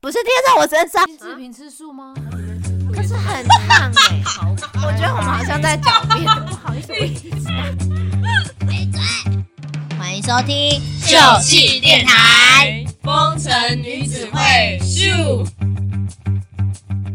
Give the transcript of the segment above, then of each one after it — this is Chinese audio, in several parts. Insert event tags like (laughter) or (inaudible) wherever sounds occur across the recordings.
不是贴在我身上，金志平吃素吗？可是很烫哎、好，我觉得我们好像在狡辩，不好意思，我一直欢迎收听秀气电台，风尘女子会秀。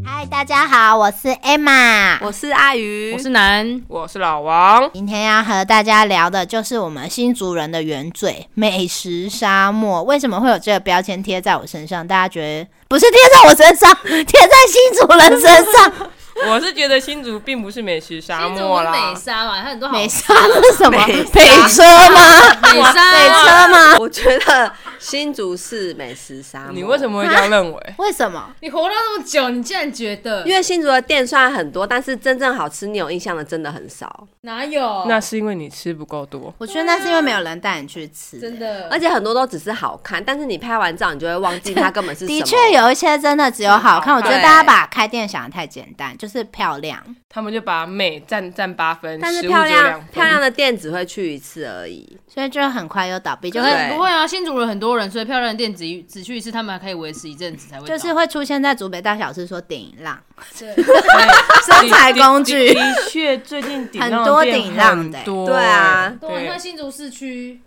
嗨，大家好，我是 Emma，我是阿鱼，我是男，我是老王，今天要和大家聊的就是我们新族人的原罪——美食沙漠。为什么会有这个标签贴在我身上？大家觉得不是贴在我身上， (laughs) 贴在新族人身 (laughs) 上。我是觉得新竹并不是美食沙金志漠平美啦，沙嘛，他很多好美沙是什么？美北车吗？美北沙，车吗？ (laughs) 我觉得新竹是美食沙漠。你为什？么会这样 (laughs) 认为？为什么？你活到那么久，你竟然觉得因为新竹的店虽然很多，但是真正好吃你有印象的真的很少，哪有？那是因为你吃不够多。我觉得那是因为没有人带你去吃、真的，而且很多都只是好看，但是你拍完照你就会忘记它根本是什么。的确有一些真的只有好看，我觉得对大家把开店想的太简单，就是漂亮。他们就把美占占八分，但是食物漂只有亮两漂亮分。的店只会去一次而已。所以就很快又倒闭，就可是会对不会啊，新竹人很多人，所以漂亮的店只只去一次，他们还可以维持一阵子才会倒。就是会出现在竹北大小吃说顶一浪，对 (laughs) 身材工具的的的确最近顶很浪多店顶浪的很多欸对啊，对，你看对，新竹市区，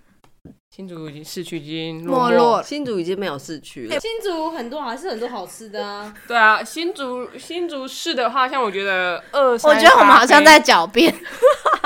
新竹已经市区已经没落落。新竹已经没有市区了，新竹很多还是很多好吃的啊。对啊，新竹新竹市的话，像我觉得二，我觉得我们好像在狡辩，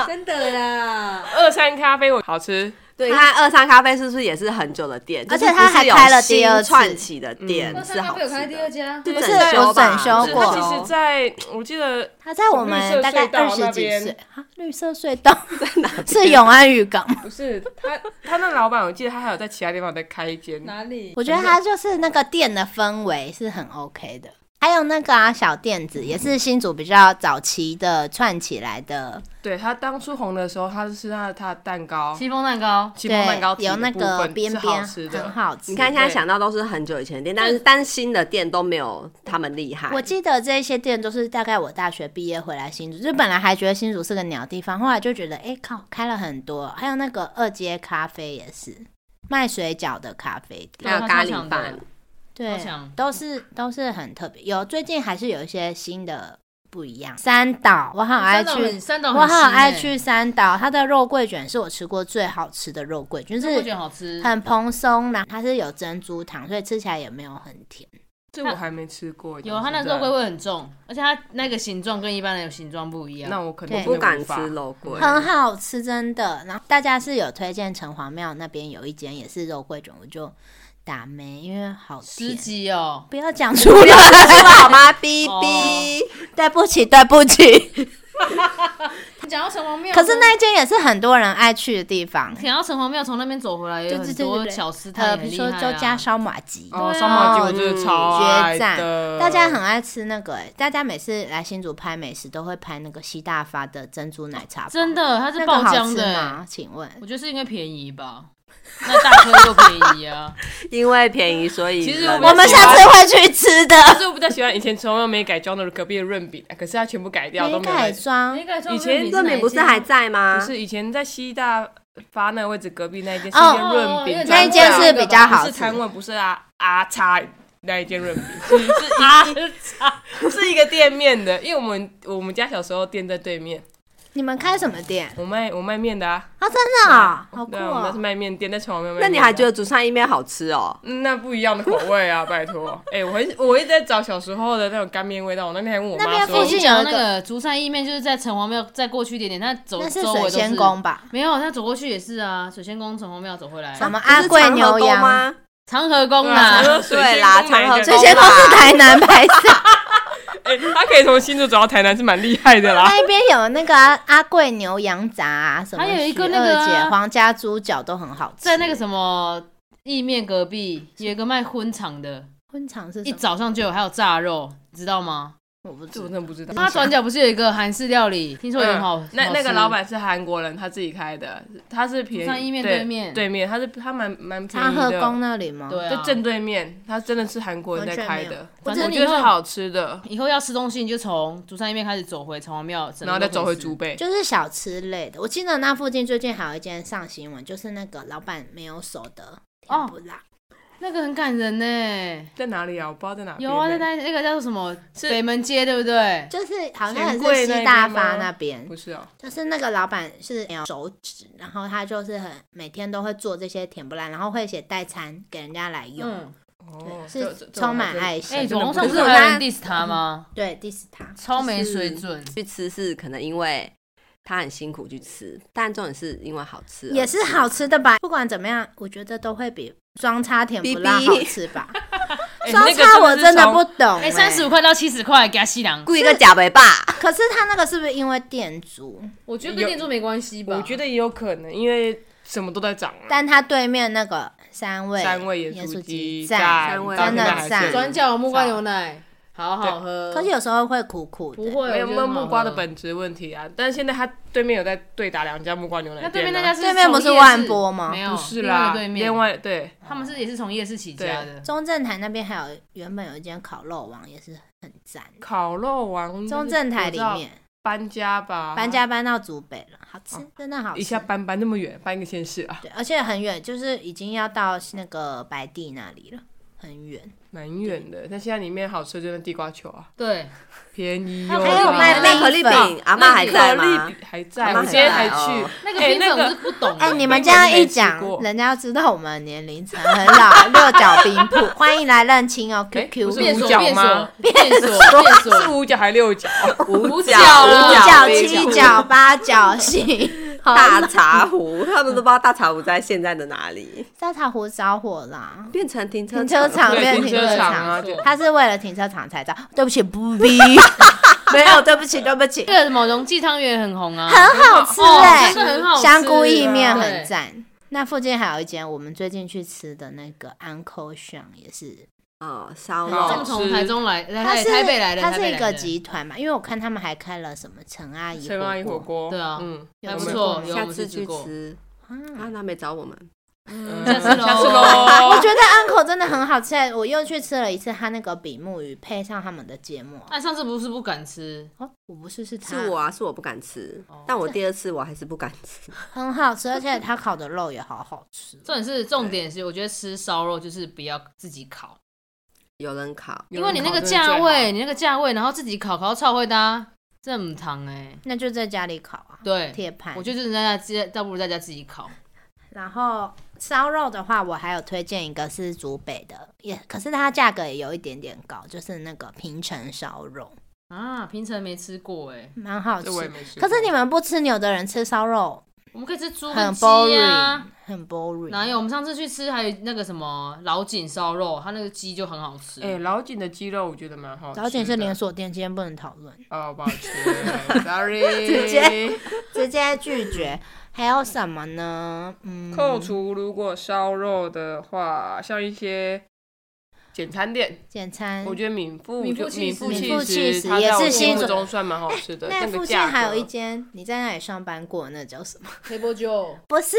真的啦，二三咖啡，我好吃。对，你看二三咖啡是不是也是很久的店？而且就是不它还是有开了第二新次串起的店嗯那是三咖好啡有吃开第二的。家，是不是整有修吧整修是过它过其实在，我记得他在我绿色们隧大概道二那十几边岁，啊绿色隧道 (laughs) 是永安渔 (laughs) 港吗。不是他，他那老板，我记得他还有在其他地方再开一间。哪里？我觉得它就是那个店的氛围是很 OK 的，还有那个啊小店子也是新竹比较早期的串起来的，对他当初红的时候，他是他他的蛋糕，戚风蛋糕，戚对风蛋糕，有那个边边吃的，很好吃你。看现在对想到都是很久以前的店，但是但是新的店都没有他们厉害。我记得这些店都是大概我大学毕业回来新竹，就本来还觉得新竹是个鸟地方，后来就觉得哎、诶靠，开了很多，还有那个二街咖啡也是卖水饺的咖啡店，还有咖喱饭饭，对超强，都是都是很特别。有最近还是有一些新的不一样，三岛我好爱三岛去很，三岛我很新欸，好爱去三岛，它的肉桂卷是我吃过最好吃的肉桂卷，就肉桂卷是好吃，很蓬松啦，它是有珍珠糖，所以吃起来也没有很甜。这我还没吃过。有它那个肉桂味很重，而且它那个形状跟一般人有形状不一那样。我可对能不敢吃肉桂。哦很好吃，真的。然后大家是有推荐城隍庙那边有一间也是肉桂卷，我就打没，因为好十甜。级哦，不要讲出不要 (laughs) 来，哦说好吗？哔哔。对不起，对不起。你讲到城隍庙，可是那一间也是很多人爱去的地方，讲到城隍庙，从那边走回来也对有很对对多对对小吃呃，摊，比如说周家家，烧马鸡，哦，对啊烧毛鸡我真的超爱决的战，，大家很爱吃那个、欸。大家每次来新竹拍美食，都会拍那个西大发的珍珠奶茶包，真的它是那爆个好浆吃的欸，吗？请问，我觉得是因为便宜吧，那大颗又便 (laughs) 宜啊，因为便宜，所以其实人我我们下次会去吃的。可是我比较喜欢以前从来没改装的隔壁的润饼，哎可是它全部改掉都没没有在改。装，以前润饼不是还在吗？啊不是以前在西大发那个位置隔壁那一间是哦一间润饼哦哦专柜啊，那一间是比较好不是吃摊。位，不是啊啊叉那一间润饼，是是一是一个店面的，因为我们我们家小时候店在对面，你们开什么店？我卖我卖面的啊，啊，真的啊、好酷对啊，我们那是哦！卖卖面店，在床旁边。那你还觉得？竹上一面好吃哦？嗯那不一样的口味啊， (laughs) 拜托！哎、我很我一直在找小时候的那种干面味道。我那天还问我那妈边说附附，近近有有一个那个竹山意面，就是在城隍庙再过去一点点，那走那是周围水都仙宫吧？没有，他走过去也是啊，水仙宫城隍庙走回哎来，什么不阿是贵长河牛沟羊？吗？长河宫对啊啊长，河对啦，水仙宫哪一长河这些个沟都是吧。台南拍摄，哎、他可以从新竹走到台南，是蛮厉害的啦。 (laughs) 那边有那个啊阿贵牛羊杂啊，什么还有一个徐那个啊二姐皇家猪脚都很好吃。在那个什么意面隔壁有一个卖荤肠的，婚场是一什么？早上就有，还有炸肉，你知道吗？我不知这我道真。的不知道。他转角不是有一个韩式料理，听说也很好。嗯啊那好吃那个老板是韩国人，他自己开的，他是便宜中山一面对对面对面，他是他蛮蛮便长宜和的，宫那里吗？对就啊，正对面，他真的是韩国人在开的，完我全觉没有得是好吃的，以后要吃东西，你就从竹山一面开始走回城隍庙，整然个都可后再以走回吃竹。北。就是小吃类的。我记得哦那附近最近还有一间上新闻，就是那个老板没有手的甜不辣，那个很感人呢、在哪里啊？我不知道在哪边有欸。啊，在那那个叫做什么是北门街，对不对？就是好像也钱柜是那西大边吗发那边，不是哦，就是那个老板是没有手指，然后他就是很每天都会做这些甜不辣，然后会写代餐给人家来用，嗯，哦，是这这这充满我还真爱心哎、还真的网不嗯上不知是道还有人 diss 他吗？对，diss 他。超没水准，去吃是可能因为他很辛苦去吃，但重点是因为好吃而也是吃好吃的吧，不管怎么样，我觉得都会比双叉甜不辣 BB 好吃吧。哎双那个叉真我是真的从不懂、哎、三十五，块到七十块给他西凉，故意个假尾巴。欸可是他那个是不是因为店主？我觉得跟店主没关系我觉得也有可能，因为什么都在涨啊。但他对面那个三味三味盐盐酥酥鸡鸡赞，三味到现在真的还是赞有转角木瓜牛奶好好喝可是有时候会苦苦的。会没有那木瓜的。本质问题啊，但是现在他对面有在对打两家木瓜牛奶那店、啊，对面那家是对面不从是夜市万波吗没有，不是另外啦，的对面另外对他们是也是从夜市起家的。中正台那边还有原本有一间烤肉王也是很赞，烤肉王中正台里面搬家吧，搬家搬到竹北了，好吃，真的好吃。一下搬搬那么远，搬一个县市啊，对，而且很远，就是已经要到那个白地那里了，很远。蛮远的。但现在里面好吃的就是地瓜球啊，对，便宜还又有卖那米可丽粉饼，阿妈还在吗？还在，阿嬷我今天还还在哦去，那个哎冰那粉个我是不懂的。哎、你们这冰棍样没一吃讲，过人家要知道我们的年龄层很老， (laughs) 六角冰铺，欢迎来认亲哦哎，QQ。不是变五锁角变吗锁变锁变 (laughs) 是锁，五角还是六角？五角啊五五角、冰七角、八角形， (laughs) 大茶壶，他们都不知道大茶壶在现在的哪里，大茶壶着火啦！变成停车停车场对变停场车场啊对他是为了停车场才造。对不起，不 (laughs) 逼，没有，对不起，对不起，那个什么荣记汤圆也很红啊，很好吃哎、真的很好吃，香菇意面很对。赞。那附近还有一间我们最近去吃的那个 Uncle Sean 也是，哦，烧他们肉好从台中来，它台是台北来的，它台是北一来个的集团嘛，因为我看他们还开了什么陈阿姨陈阿姨火锅，对啊嗯，有还不吃错过吗有下我们次是吃去过吃。啊，啊那没找我们，嗯下次咯下次喽。我觉得 Uncle 真的很好吃，我又去吃了一次他那个比目鱼，配上他们的芥末。那啊上次不是不敢吃，哦，我不是是他，是我啊，是我不敢吃，哦但我第二次我还是不敢吃。很好吃，而且他烤的肉也好好吃。重点是重点是，我觉得吃烧肉就是不要自己烤，有人烤，因为你那个价位，你那个价位，然后自己烤烤炒会搭，这很糖哎。那就在家里烤啊，对，铁盘。我觉得就是在家自己，倒不如在家自己烤。然后烧肉的话，我还有推荐一个是竹北的，也可是它价格也有一点点高，就是那个平城烧肉，啊，平常没吃过哎，蛮好吃这。我也没吃过。可是你们不吃牛的人吃烧肉我们可以吃猪很跟鸡 boring，、啊。很哪 boring。有？我们上次去吃还有那个什么老井烧肉，它那个鸡就很好吃。哎，老井的鸡肉我觉得蛮好吃的。老井是连锁店，今天不能讨论，哦，不好 (laughs) 吃，sorry。直接 (laughs) 直接拒绝。还有什么呢？嗯，扣除如果烧肉的话，像一些简餐店，简餐。我觉得敏富敏富就气敏死富敏哎富气实死它也在我是心新目竹中算蛮好吃的，那那附个近价还有格一间，你在那里上班过，那叫什么？ (laughs) 黑波酒，不是，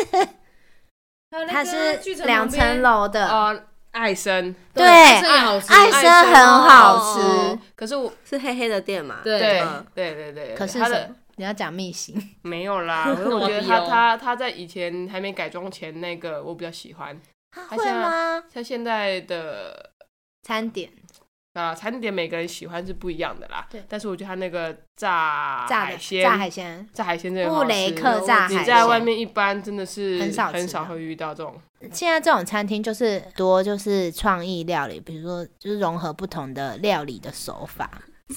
它是两层楼哎的。呃爱生，对啊嗯这也好吃。啊爱爱生生很好吃，哦嗯可是我是黑黑的店嘛？对对嗯对对对，可是它什的么？你要讲秘辛，没有啦，可是我觉得那我它要逼哦它它在以前还没改装前那个我比较喜欢，他 (laughs) 啊会它现在吗？像现在的餐点啊，餐点每个人喜欢是不一样的啦。对但是我觉得它那个炸炸啊海的鲜，炸海鲜，炸海鲜真的很布好雷吃克炸你海在外鲜。面一般真的是很少吃啊到会遇到这种，现在这种餐厅就是多就是创意料理，比如说就是融合不同的料理的手法。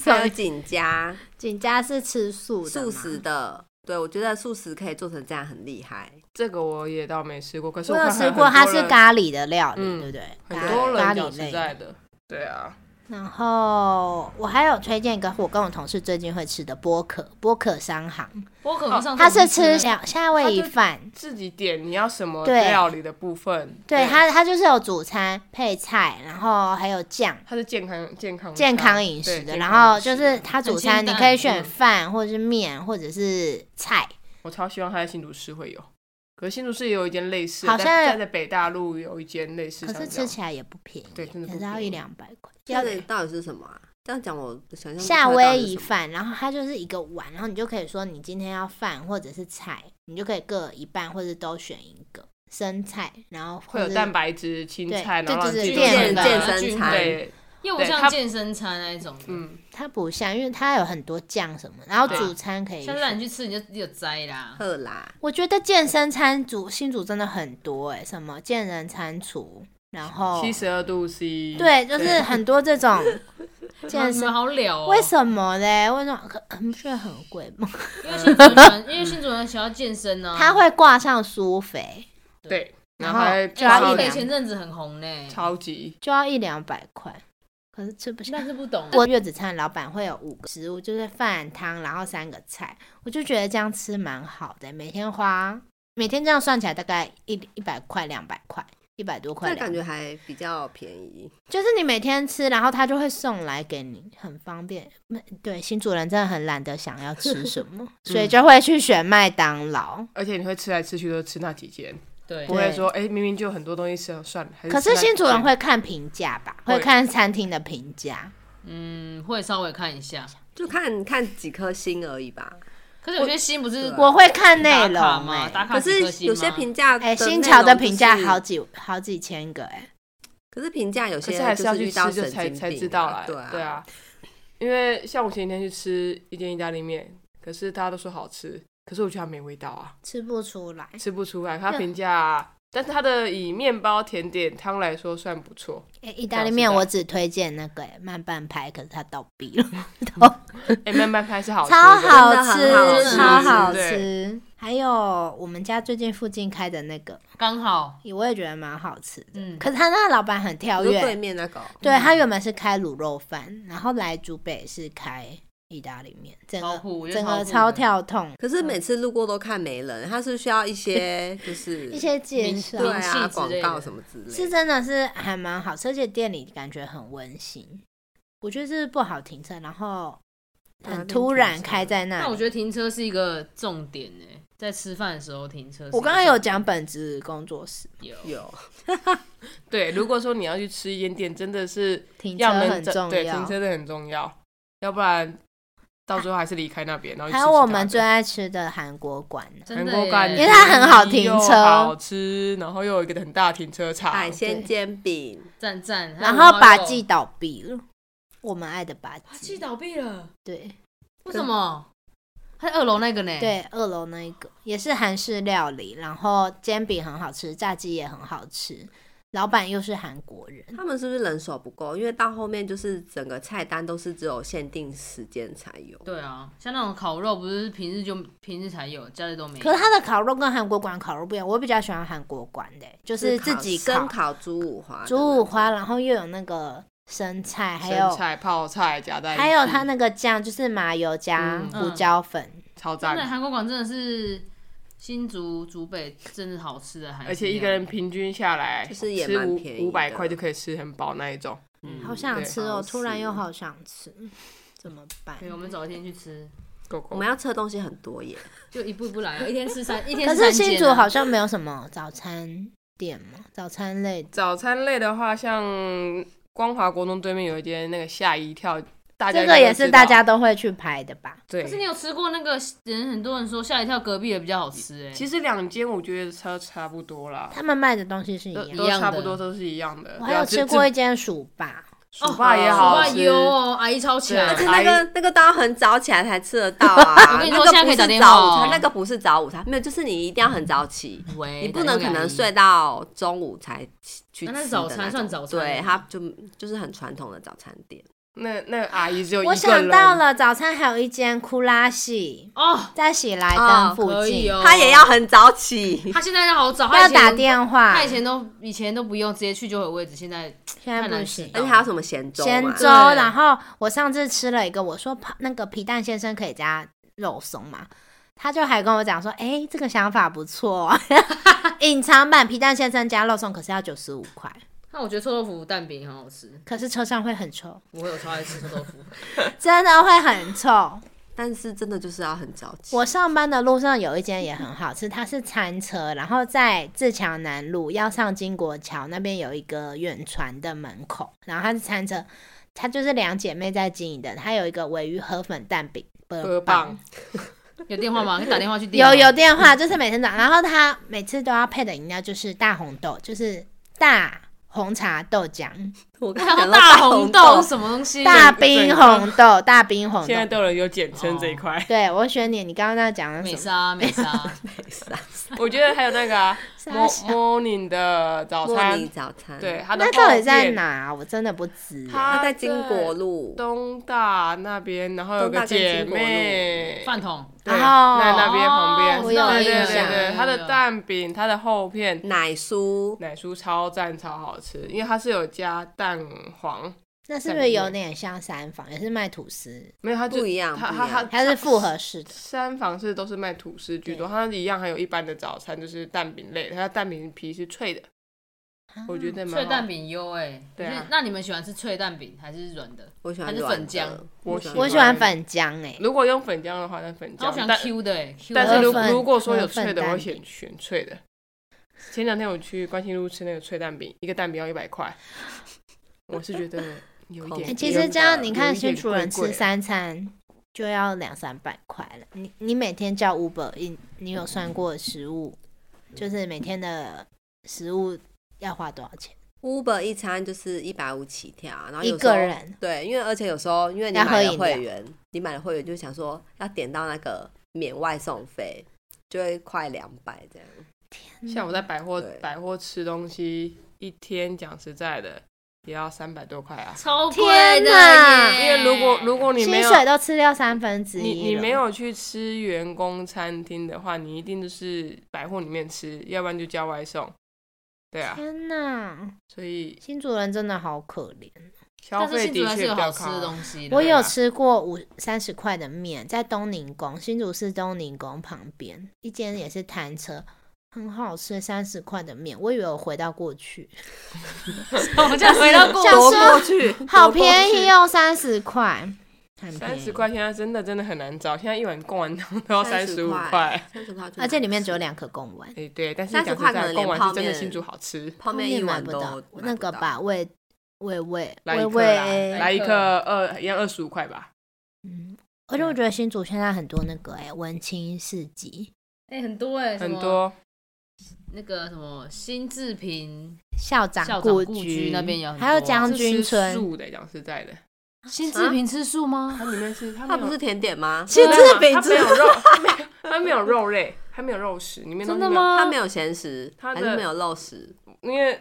还有 (laughs) 景家景家是吃素的素吗食的，对我觉得素食可以做成这样很厉害。这个我也倒没吃过，可是我看有很吃过，它多是人咖喱的料理，嗯对不对？很多咖人喱讲类实在的，对啊，然后我还有推荐一个我跟我同事最近会吃的波可波可商行，我可能上次哦它是哦我吃们夏夏威夷饭，自己点你要什么对料理的部分，对它它就是有主餐配菜，然后还有酱。它是健康健康健康饮食的，然后就是他，它主很餐清你淡可以选嗯饭或者是面或者是菜，我超希望它在新竹市会有。可是新竹市也有一间类似的，好像在在在北大陆有一间类似可像这是样，吃起来也不便宜，对真的也不是要便宜一两百块。这个到底是什么啊？这样讲我想象不出来夏威夷到底是什么饭，然后它就是一个碗，然后你就可以说你今天要饭或者是菜，你就可以各一半或者都选一个。生菜，然后会有蛋白质、青对菜，然后让对对对你均衡淀的健身均衡餐对，因为我对它像健身餐那一种的，嗯，它不像，因为它有很多酱什么，然后对啊主餐可以下选。次让你去吃你就你就摘啦。赫啦，我觉得健身餐组新组真的很多哎、什么健人餐厨，然后七十二度 C，哦对，就是很多这 (laughs) 种健你们身。好了哦，为什么嘞？为什么可不是很贵吗？因为新主人，因为新主人想要健身 (laughs) 啊啊呢、它会挂上苏肥，对，然然后哎后还就要超一一两前阵子很红呢，超级就要一两百块，可是吃不下但。是不懂。我月子餐老板会有五个食物，就是饭汤，然后三个菜，我就觉得这样吃蛮好的，每天花每天这样算起来大概一一百块、两百块、一百多块这200，感觉还比较便宜。就是你每天吃，然后他就会送来给你，很方便。嗯对，新主人真的很懒得想要吃什么，所以就会去选麦当劳。而且你会吃来吃去都吃那几间，对不，会说哎、明明就有很多东西吃了，算了。还可是是吃那几新主人间会看评价吧，会会看餐厅的评价。嗯，会稍微看一下。就看看几颗星而已吧。可是有些星不是啊我会看内打容、卡吗？哎，打卡可几颗是星吗有些评价，哎、新潮的评价好，几好几千个、哎，可是评价有可些是还是要就去遇吃到就神才经才病知道啊啦，对啊，对啊，因为像我前几天去吃一间意大利面，可是大家都说好吃，可是我觉得它没味道啊，吃不出来。吃不出来。它评价，啊但是它的以面包、甜点、汤来说算不错，哎、意大利面我只推荐那个、哎慢半拍，可是它倒闭了， (laughs) 哎、慢慢拍是好吃超的，好真的很好吃，吃超好对吃。还有我们家最近附近开的那个，刚好，我也觉得蛮好吃的。嗯，可是他那个老板很跳我就对跃，面那个哦对他原本是开卤肉饭，然后来竹北是开意大利面，整超个酷，我觉得整个超超酷的。跳痛，可是每次路过都看没人，他是需要一些就是一些介绍对明细啊之广类告的什么之类是的。真的是还蛮好吃，而且店里感觉很温馨。我觉得这是不好停车，然后啊很突然开在那但我里。觉得停车是一个重点呢，欸在吃饭的时候停车是一个我重点。刚刚有讲本职工作室有有，对，如果说你要去吃一间店，真的是停车要能很整重对，要停，车真的很重要，要不然到最后还是离开那边，然后去还吃有其我他们的最爱吃的韩国馆呢，真的韩国感因为耶，它很好停又车好吃，然后又有一个很大的停车场，海鲜煎饼，赞赞，还有然后花把肉记倒闭了，我们爱的把把记记倒闭了，对。为什么？他在二楼那个呢？，对，二楼那一个也是韩式料理，然后煎饼很好吃，炸鸡也很好吃，老板又是韩国人，他们是不是人手不够？因为到后面就是整个菜单都是只有限定时间才有。对啊，像那种烤肉，不是平日就平日才有，假日都没有。可是他的烤肉跟韩国馆烤肉不一样，我比较喜欢韩国馆的、欸就是自烤己生烤烤猪五花的啊那种，猪五花，然后又有那个生菜，还生有菜、泡菜夹在一起，还有他那个酱，就是麻油加嗯胡嗯椒粉，超真的赞，韩国馆真的是新竹竹北真的好吃的韩式料理，而且一个人平均下来就是也吃蛮五便宜的五百块就可以吃很饱那一种，嗯好想对吃哦，好突然又吃好想吃， (laughs) 怎么办对，？我们找一天去吃，够我够们。要吃的东西很多耶，就一步一步来啊，一天吃三，一天可吃三是间啊新竹好像没有什么早餐店嘛，早餐类的早餐类的话，像光华国中对面有一间那个吓一跳，大家这应该个都也是知大道家都会去拍的吧？可是你对。有吃过那个人？很多人说吓一跳，隔壁的比较好吃哎、其实两间我觉得差差不多啦，他们卖的东西是一都样的。都一样的差不多都是一样的。我还有吃过一间薯霸，薯霸也好哇吃，有哦，阿姨超强对，而 (laughs) 且阿那姨个那个都要很早起来才吃得到啊。我跟你那说个现在可不以打是电话早哦午餐，那个不是早午餐，没有，就是你一定要很早起，喂，你不能可能睡打到中午才起去那吃那的是早餐那种算早餐对，吗它就就是很传统的早餐店。那那个阿姨只有一个我人。想到了，早餐还有一间库拉西，电话给阿姨哦，在喜来登附可以近，哦，它也要很早起，他现在要好找，他要以前打电话他，以前都以前都不用，直接去就有位置，现在现在太不难吃行。而且还有什么咸粥咸嘛？粥，对然后我上次吃了一个，我说泡那个皮蛋先生可以加肉松嘛，他就还跟我讲说，哎、这个想法不错、哦， (laughs) 隐藏版皮蛋先生加肉松，可是要九十五块，那我觉得臭豆腐蛋饼很好吃，可是车上会很臭，我会有超爱吃臭豆腐。真的会很臭。但是真的就是要很早起。我上班的路上有一间也很好吃，它是餐车，然后在自强南路要上金国桥那边有一个远传的门口，然后它是餐车，它就是两姐妹在经营的，它有一个尾鱼河粉蛋饼。鹅棒， (laughs) 有电话吗？可以打电话去订吗有有电话，就是每天早上，然后他每次都要配的饮料就是大红豆，就是大红茶豆浆、我刚然后 (laughs) 讲大红红豆是什么东西？大冰红豆、大冰红豆现。在都有人有简称这一块。对，我选你，你刚刚那讲的什美么？莎，美莎，我觉得还有那个 (laughs) 啊啥，mo 小 morning 的早莫餐，尼早餐，对，，它的那到底后在面？哪？我真的不知。它它在金国路，啊东大那边，然后有东个大跟姐金国妹，饭桶，对哦在那边旁边，哦我有对对印对象对，它的蛋饼，它的厚片。奶酥，奶酥超赞，超好吃，因为它是有加蛋黄，那是不是有点像三房，也是卖吐司？没有它就不一样它不一它样它它是复合式的，三房是都是卖吐司居多，它一样还有一般的早餐，就是蛋饼类的，它蛋饼皮是脆的，我觉得蛮嗯好脆蛋饼优哎。对啊可是那你们喜欢吃脆蛋饼还是软的？我喜欢还是软粉的浆，我喜喜我喜欢粉浆欸诶、如果用粉浆的话，那粉啊我喜浆，欢但 Q 的哎，Q 的但是如我粉如果说有我粉脆的，我蛋会选选脆的。前两天我去关心路吃那个脆蛋饼，一个蛋饼要一百块，我是觉得有一恐点怖贵。欸哎其实这样你看，有一点新主人贵吃贵三餐就要两三百块了。你你每天叫 Uber，你你有算过食物，就是每天的食物要花多少钱？ Uber 一餐就是一百五起跳啊，然后一有时候个人对，因为而且有时候因为你要喝买了饮料会员，你买了会员就想说要点到那个免外送费，就会快两百这样。嗯像我嗯在百货对百货吃东西，一天讲实在的，也要三百多块啊。超贵天的哪耶因为如果如果你没薪有水都吃掉三分之你一你了没有去吃员工餐厅的话，你一定就是百货里面吃，要不然就叫外送。对啊，天哪，所以新主人真的好可怜。消但是费新竹的还是确比有较好吃高啊的。东西的。我有啊吃过五三十块的面，在东宁宫，新竹市东宁宫旁边一间也是摊车，很好吃，三十块的面，我以为我回到过去，哦我就回到过想夺说过去， (laughs) 好便宜哦，三十块，很三便十宜，块现在真的真的很难找，现在一碗贡丸汤都要三十五块。，三十块就，而且里面只有两颗贡丸，哎、对，但是30讲实块可在，能贡连丸泡是真的面新竹好吃。泡面一也买碗不都到买，不那个到，吧，味味味来一味克啦，味，来一克二，一样二十五块吧。嗯，而且我觉得新竹现在很多那个哎、文青市集，哎，很多哎，什很么多那个什么新志平，校长校长故故居那边有很还有多啊将是军吃村，素的，讲实在的，新志平吃素吗？它里面是它它没不有是甜点吗？新它竹没有北它之没有肉，它没有它没有肉类，它没有肉食，里面真东西的没有？吗？它没有咸食，它还的是没有肉食？因为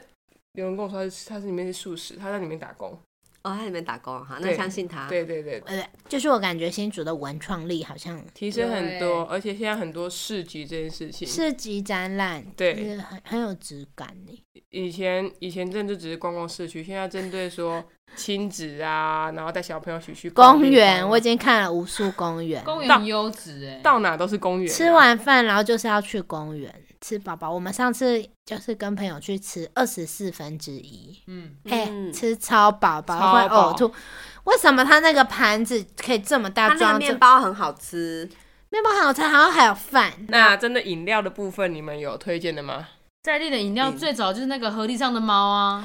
有人跟我说它是它是里面是素食，它在里面打工。哦，它里面打工哈，那对相信它。对对对，呃，就是我感觉新竹的文创力好像提升很有多，欸而且现在很多市集这件事情，市集展览，对就是很很有质感呢。以前以前真的就只是逛逛市区，现在针对说亲子啊，然后带小朋友一起去逛公地方园，啊我已经看了无数公园，公园到很优质哎，到哪都是公园啊、吃完饭然后就是要去公园吃饱饱。我们上次就是跟朋友去吃二十四分之一，嗯，哎、嗯吃超饱饱超会饱呕吐。为什么他那个盘子可以这么它大那装个着面包很好吃，面包很好吃，然后还有饭，那真的饮料的部分，你们有推荐的吗？在地的饮料最早就是那个河堤上的猫啊，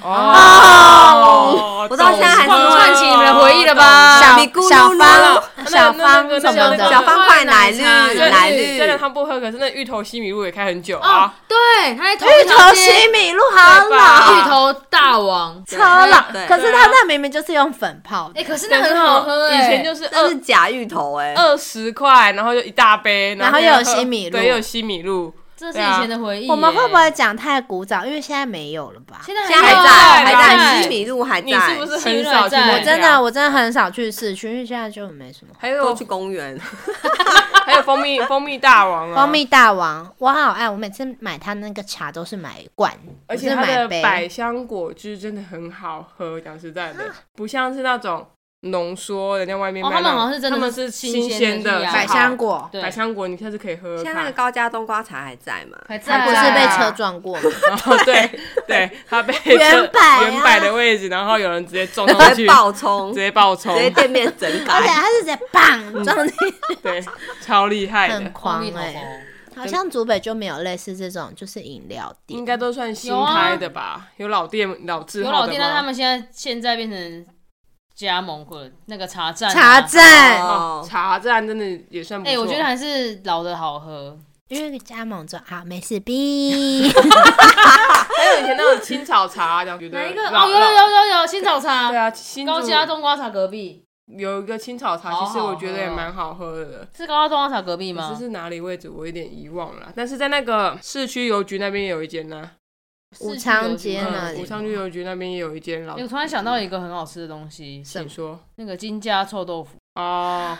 哦，我到现在还是懂了唤起你们的回忆了吧小米咕噜噜哦小方哦那小方个那个什那么个那的个小方块奶绿奶茶奶虽然虽然绿，他不喝，可是那芋头西米露也开很久哦啊。，对，他在同一芋条头街西米露好对吧老。芋头大王，啊超老，对可是它那明明就是用粉泡的，哎，可是那很好喝以哎，前就是那二是假芋头哎，哦二十块，然后就一大杯，然后后又有喝西米露对，又有西米露，这是以前的回忆耶。我们会不会讲太古早？因为现在没有了吧？现在现在还有在还在在西米露还你是在不，是西米很露少还去在买我饮料？真的我真的很少去市区，因为现在就没什么。还都有去公园。 (laughs) 还有蜂蜜蜂蜜大王啊，蜂蜜大王，我好爱，我每次买他那个茶都是买罐，而且不它是买的杯。百香果汁真的很好喝，讲实在嗯的，不像是那种浓缩，人家外面哦卖他们那种好像是真的他们是是新新鲜鲜的的去压百香，果，百对，香果你下次可以喝喝现在那 (laughs) 个看。高家冬瓜茶还在吗？还他在不还是在被啊车撞过吗？哦，对对，(laughs) 它被原车摆啊原摆的位置，然后有人直接撞上 (laughs) 直去接，爆冲，直直接爆冲，接店面整而且啊改。他是直接砰撞进去，对，超厉害很的，狂蜜头哎、好像竹北就没有类似这种，就是饮料应店。该都算新开的吧？有老店老字啊有号老的店，但是他吗？们现在现在变成加盟或者那个茶站、啊茶。站，哦，哦，茶站真的也算不哎、错。我觉得还是老的好喝。因为加盟之后好没事 (laughs) 逼，还有以前那种青草茶，这样觉得哪一个？老哦，有有有有有新草茶，对啊，新竹高家冬瓜茶隔壁有一个青草茶，好其实我觉得也好喝哦蛮好喝的。是高家冬瓜茶隔壁可吗是？是哪里位置，我有点遗忘了。但是在那个市区邮局那边也有一间呢、武昌街嗯那里武昌区邮局那边也有一间老哎。我突然想到一个很好吃的东西，请说那个金家臭豆腐，哦，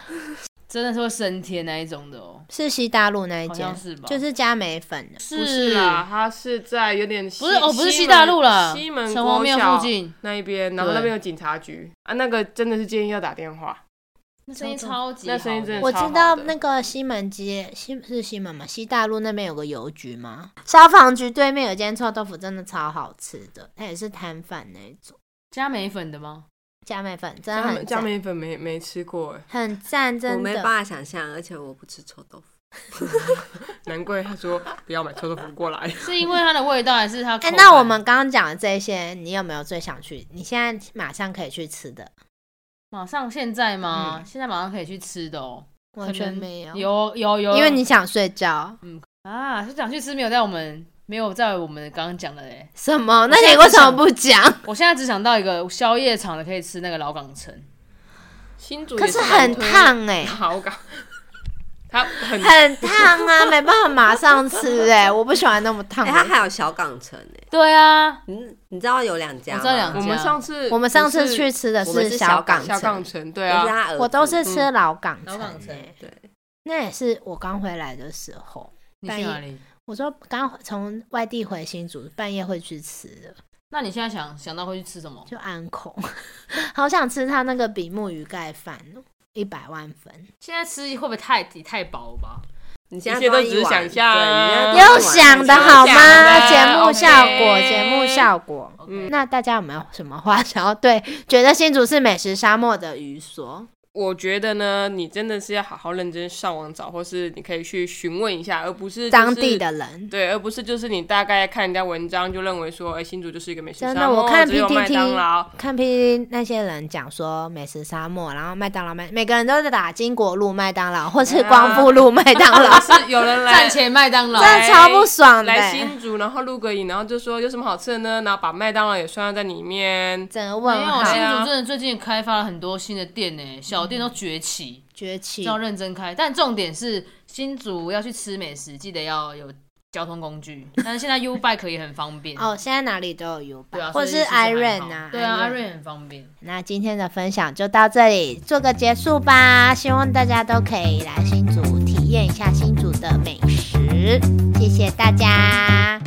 真的是会升天那一种的哦，是西大路那一好间像，是吧？就是加美粉的。是不是啦，它是在有点西不是哦，不是西西门大路啦，西门城隍国庙小附近，那一边，然后对那边有警察局啊，那个真的是建议要打电话。那声音超级好，那声音真的我超知好道的那个西门街西是西门嘛，西大路那边有个邮局吗？消防局对面有间臭豆腐，真的超好吃的，它也是摊贩那一种。加美粉的吗？加美粉真的加美很加赞，美粉没没吃过哎，很赞，我真没的。办法想象，而且我不吃臭豆腐。难怪他说不要买臭豆腐过来。是因为它的味道，还是它？哎、那我们刚刚讲的这些，你有没有最想去？你现在马上可以去吃的？马上现在吗？现在马上可以去吃的哦，完全可能没有，有有有，因为你想睡觉。啊，是想去吃，没有在我们没有在我们刚刚讲的嘞。什么？那现在你为只什么想不讲？我现在只想到一个宵夜场的，可以吃那个老港城，新竹可也是蛮很推烫哎、 (laughs) 好搞，他很很烫啊，没办法马上吃哎、我不喜欢那么烫哎、的、它还有小港城哎、对啊，嗯，你知道有两家我吗？知道两我们上次我们上不次是去吃的我们是小小港港小城，港城，对都是啊，他儿子我都是吃嗯老港城、老港城欸对，那也是我刚回来的时候。你去哪里？我说刚从外地回新竹，半夜会去吃的，那你现在想想到会去吃什么？就安孔，好想吃他那个比目鱼盖饭哦，一百万分，现在吃会不会太太饱吧？你现在一切都只是一碗想象啊对你又现在端一碗想的用好想吗？的节目效果， OK 节目效果。 OK 那大家有没有什么话想要对觉得新竹是美食沙漠的鱼说？我觉得呢，你真的是要好好认真上网找，或是你可以去询问一下，而不是、当地。的人。对，而不是就是你大概看人家文章就认为说，哎、新竹就是一个美食真沙的，漠，我看只有麦当劳 PTT，看 (laughs) PTT 那些人讲说美食沙漠，然后麦当劳麦，每个人都在打金国路麦当劳或哎是光复路麦当 (laughs) 劳，是有人来 (laughs) 站前麦当劳，真的超不爽的、来新竹，然后录个影，然后就说有什么好吃的呢？然后把麦当劳也算在里面。整个没问有新号竹真的最近开发了很多新的店呢，小店都崛起，崛起要认真开。但重点是新竹要去吃美食，记得要有交通 (laughs) 工具。但是现在 U Bike 也很方便，哦！现在哪里都有 U 对啊，或所是以其实还 Iron 好啊，对啊 Iron ，Iron 很方便。那今天的分享就到这里，做个结束吧。希望大家都可以来新竹体验一下新竹的美食，谢谢大家，